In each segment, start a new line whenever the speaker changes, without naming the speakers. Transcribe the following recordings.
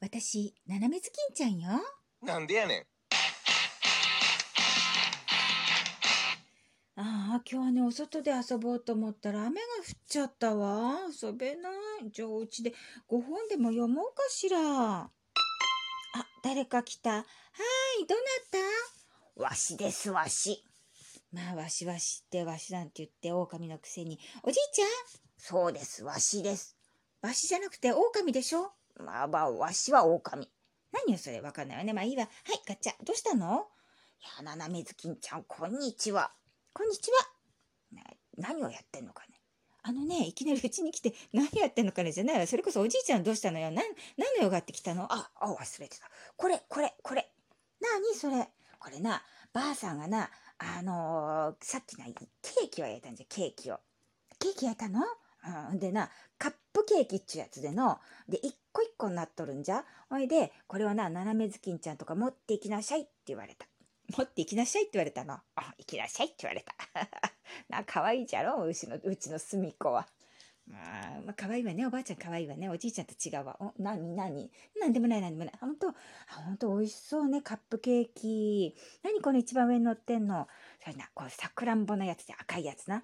私、斜めずきんちゃんよ。
なんでやねん。
ああ、今日はね、お外で遊ぼうと思ったら雨が降っちゃったわ。遊べない。じゃあ、お家で5本でも読もうかしら。あ、誰か来た。はーい、どなたわしです、わし。まあ、わしわしってわしなんて言って、狼のくせに。おじいちゃんそうです、わしです。わしじゃなくて狼でしょまあまあ、わしは狼。何よ、それ。わかんないわね。まあいいわ。はい、ガチャ。どうしたのいや、ななめずきんちゃん、こんにちは。こんにちは。な何をやってんのかね。あのね、いきなりうちに来て何やってんのかねじゃないわ。それこそおじいちゃんどうしたのよ。なん、何の用があってきたのあ、あ、忘れてた。これ、これ、これ。なにそれ。これな、ばあさんがな、あのーさっきな、ケーキを焼いたんじゃ、ケーキを。ケーキ焼いたのうん、でな、カップケーキっちゅうやつでの、で、一個一個になっとるんじゃ。ほいで、これをな、斜めずきんちゃんとか持っていきなさいって言われた。持って行きなさいって言われたの。あ、行きなさいって言われた。 な、可愛いじゃろうちの、うちの隅っこは。まあ、まあ、可愛いわね。おばあちゃん可愛いわね。おじいちゃんと違うわ。お、なになになんでもないなんでもない。あほんと、あほんと美味しそうね。カップケーキ。なにこの一番上に乗ってんのそれな、こう、さくらんぼのやつで赤いやつな。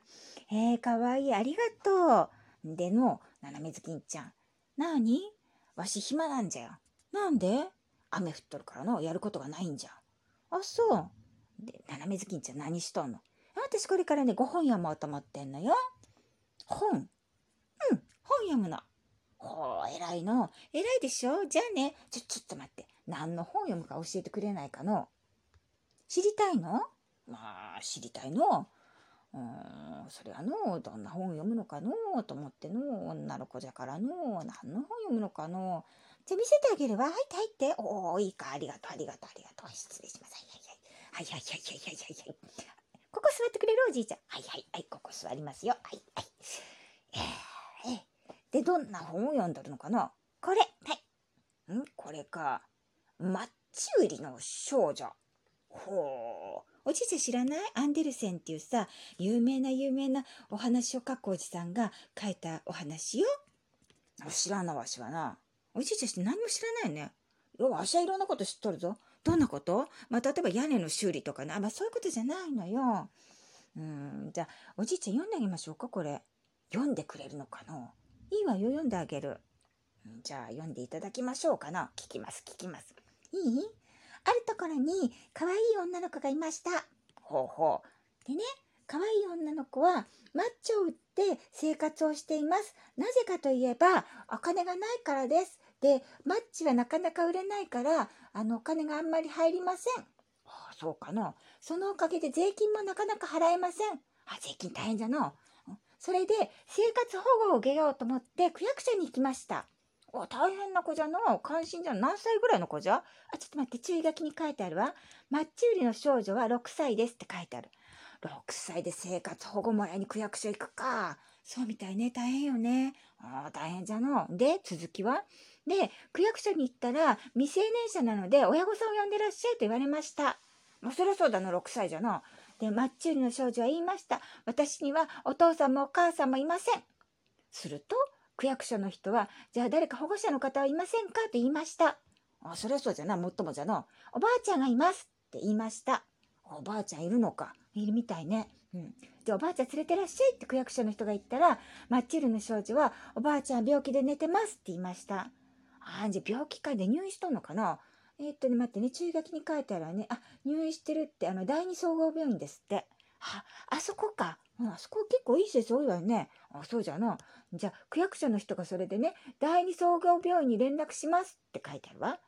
えー、可愛い。ありがとう。での、ななめずきんちゃん。なにわし暇なんじゃよ。なんで雨降っとるからの、やることがないんじゃ。あ、そう。で、斜めずきんちゃん何しとんのあ私これからね、5本読もうと思ってんのよ。本うん、本読むの。ほう、偉いの。偉いでしょじゃあね、ちょ、ちょっと待って。何の本読むか教えてくれないかの知りたいのまあ、知りたいの。うーん、それはの、どんな本読むのかのと思っての、女の子じゃからの、何の本読むのかのじゃあ見せてあげるわ。入って入って。おお、いいか。ありがとう、ありがとう、ありがとう。失礼します。はいはいはい。はいはいはいはいはいはい。ここ座ってくれるおじいちゃん。はいはいはい。ここ座りますよ。はいはい。えー、えーで、どんな本を読んどるのかなこれ。はい。んこれか。マッチ売りの少女。ほう。おじいちゃん知らないアンデルセンっていうさ、有名な有名なお話を書くおじさんが書いたお話よ。あ知らんなわしはな。おじいちゃんして何も知らないよね。いや、わしはいろんなこと知っとるぞ。どんなことまあ、例えば屋根の修理とかな。まあ、そういうことじゃないのよ。うーん、じゃあ、おじいちゃん読んであげましょうか、これ。読んでくれるのかないいわよ、読んであげる。うんじゃあ、読んでいただきましょうかな。聞きます、聞きます。いいあるところに、可愛い女の子がいました。ほうほう。でね、可愛い女の子は、マッチョを売って生活をしています。なぜかといえば、お金がないからです。で、マッチはなかなか売れないから、あの、お金があんまり入りません。ああ、そうかな。そのおかげで税金もなかなか払えません。あ、税金大変じゃの。うんそれで、生活保護を受けようと思って、区役所に行きました。お、大変な子じゃの。関心じゃの。何歳ぐらいの子じゃあ、ちょっと待って、注意書きに書いてあるわ。マッチ売りの少女は6歳ですって書いてある。6歳で生活保護もらいに区役所行くか。そうみたいね。大変よね。ああ、大変じゃの。で、続きはで、区役所に行ったら、未成年者なので、親御さんを呼んでらっしゃいと言われました。まあ、そりゃそうだの、6歳じゃの。で、マッチ売りの少女は言いました。私にはお父さんもお母さんもいません。すると、区役所の人は、じゃあ誰か保護者の方はいませんかと言いました。あ、そりゃそうじゃな、もっともじゃの。おばあちゃんがいますって言いました。おばあちゃんいるのか。いるみたいね。うん。じゃあおばあちゃん連れてらっしゃいって区役所の人が言ったら、マッチ売りの少女は、おばあちゃんは病気で寝てますって言いました。あーじゃあ病気かで入院しとんのかなえーっとね待ってね注意書きに書いてあるわねあ入院してるってあの第二総合病院ですってああそこか、うん、あそこ結構いい施設多いわよねあそうじゃなじゃあ区役所の人がそれでね第二総合病院に連絡しますって書いてあるわ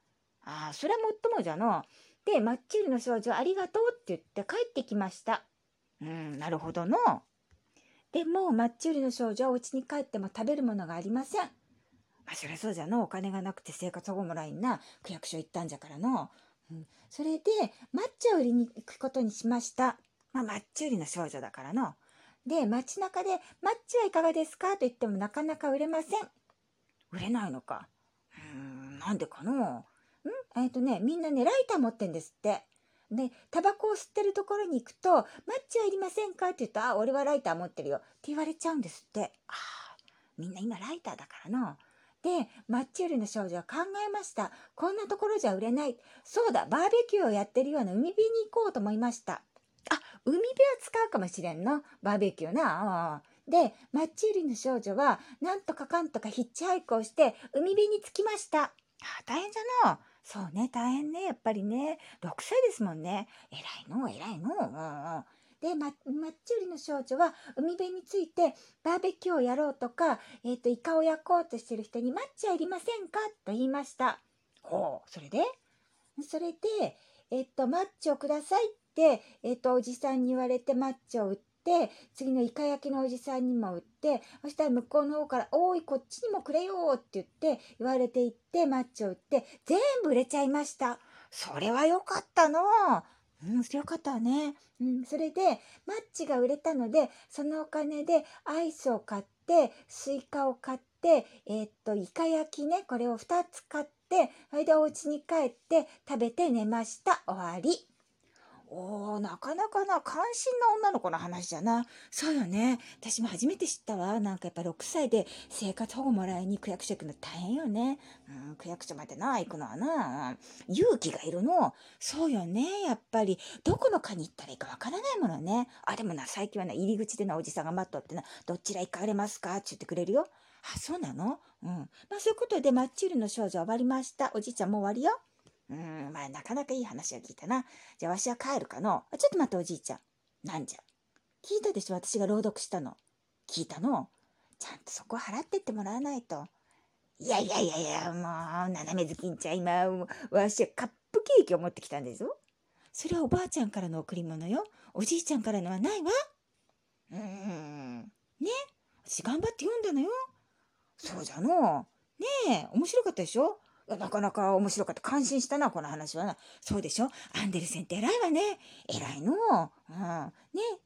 あそれはもっともじゃのでマッチ売りの症状ありがとうって言って帰ってきましたうんなるほどのでもマッチ売りの少女はお家に帰っても食べるものがありませんまあ、そりゃそうじゃの。お金がなくて生活保護もらいにな、区役所行ったんじゃからの。うん、それで、マッチを売りに行くことにしました。まあ、マッチ売りの少女だからの。で、街中で、マッチはいかがですかと言ってもなかなか売れません。売れないのか。うーん、なんでかのうんえっ、とね、みんなね、ライター持ってんですって。で、タバコを吸ってるところに行くと、マッチはいりませんかって言うと、あ、俺はライター持ってるよ。って言われちゃうんですって。ああ、みんな今ライターだからの。で、マッチ売りの少女は考えました。こんなところじゃ売れない。そうだ、バーベキューをやってるような海辺に行こうと思いました。あ、海辺は使うかもしれんの。バーベキューな。あーで、マッチ売りの少女は、なんとかかんとかヒッチハイクをして、海辺に着きました。あー、大変じゃの。そうね、大変ね、やっぱりね。6歳ですもんね。偉いの、偉いの。うんうんで、ママッチ売りの少女は海辺についてバーベキューをやろうとか、えっ、と、イカを焼こうとしてる人にマッチはいりませんかと言いました。ほう、それでそれで、えっ、と、マッチをくださいって、えっ、と、おじさんに言われてマッチを売って、次のイカ焼きのおじさんにも売って、そしたら向こうの方から、おい、こっちにもくれよって言って、言われていって、マッチを売って、全部売れちゃいました。それは良かったのうん、それ良かったわね。うん、それで、マッチが売れたのでそのお金でアイスを買ってスイカを買ってえーっとイカ焼きねこれを2つ買ってそれでお家に帰って食べて寝ました終わり。おーなかなかな関心な女の子の話じゃなそうよね私も初めて知ったわなんかやっぱ6歳で生活保護もらいに区役所行くの大変よね、うん、区役所までな行くのはなうん勇気がいるのそうよねやっぱりどこの科に行ったらいいかわからないものね。あ、でもな、最近はな、入り口でな、おじさんが待っとってな、どちら行かれますかって言ってくれるよ。あ、そうなのうん。まあ、そういうことで、マッチールの少女は終わりました。おじいちゃんもう終わりよ。うん、まあ、なかなかいい話は聞いたな。じゃあ、わしは帰るかの。あ、ちょっと待って、おじいちゃん。なんじゃ。聞いたでしょ、私が朗読したの。聞いたのちゃんとそこ払ってってもらわないと。いやいやいやいや、もう、斜めずきんちゃん、今、わしはカップケーキを持ってきたんですよ。それはおばあちゃんからの贈り物よ。おじいちゃんからのはないわ。うーん。ね私頑張って読んだのよ。そうじゃのう。ねえ、面白かったでしょいやなかなか面白かった。感心したな、この話はな。そうでしょアンデルセンって偉いわね。偉いの。うん。ね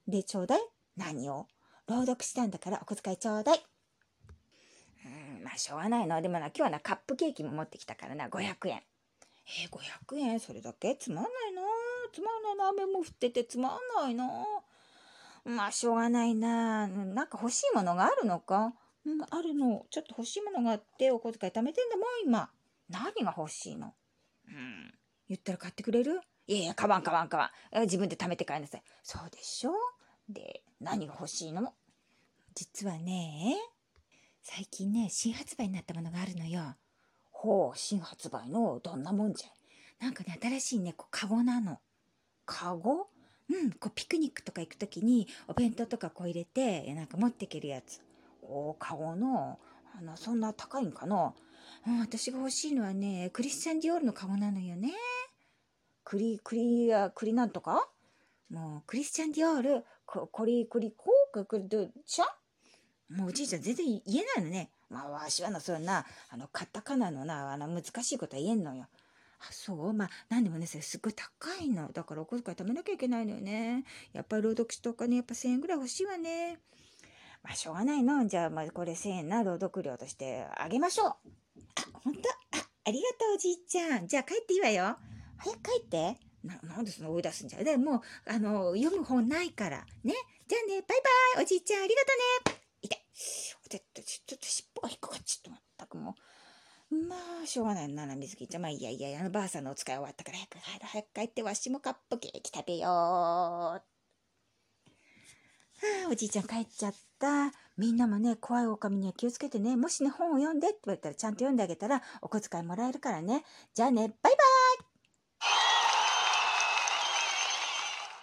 え、で、ちょうだい。何を朗読したんだからお小遣いちょうだい。うーん、まあ、しょうがないの。でもな、今日はな、カップケーキも持ってきたからな、500円。えー、500円それだけつまんないなつまんないな雨も降っててつまんないなまあしょうがないなうんなんか欲しいものがあるのかうんあるのちょっと欲しいものがあってお小遣い貯めてんだもん今何が欲しいのうん言ったら買ってくれるいやいやかばんかばんかばんえー自分で貯めて買いなさいそうでしょで何が欲しいの実はね最近ね新発売になったものがあるのよほう、新発売のどんなもんじゃ。なんかね、新しいね、こう、カゴなの。カゴうん、こう、ピクニックとか行くときに、お弁当とかこう入れて、なんか持っていけるやつ。おー、カゴの、あの、そんな高いんかなうん、私が欲しいのはね、クリスチャン・ディオールのカゴなのよね。クリ、クリア、クリなんとかもう、クリスチャン・ディオール、こコリ、コリ、コーカ、クリ、ド、シャもうおじいちゃん全然言えないのね。まあわしはな、そんな、あの、カタカナのな、あの、難しいことは言えんのよ。あ、そうまあ、なんでもね、それすっごい高いの。だからお小遣い貯めなきゃいけないのよね。やっぱり朗読しとかね、やっぱ1000円ぐらい欲しいわね。まあ、しょうがないの。じゃあ、まあ、これ1000円な、朗読料としてあげましょう。あ、ほんとあ、ありがとう、おじいちゃん。じゃあ、帰っていいわよ。早く帰って。な、なんでその追い出すんじゃ。で、もう、あの、読む本ないから。ね。じゃあね、バイバイ、おじいちゃん、ありがとね。痛い。ちょっと、ちょっと尻尾が引っかかっちゃった。全くもう。まあ、しょうがないな、な、水木ちゃん。まあ、いやいや、あのばあさんのお使い終わったから、早く帰る、早く帰って、わしもカップケーキ食べよう。はあ、おじいちゃん帰っちゃった。みんなもね、怖い狼には気をつけてね、もしね、本を読んでって言われたら、ちゃんと読んであげたら、お小遣いもらえるからね。じゃあね、バイバイ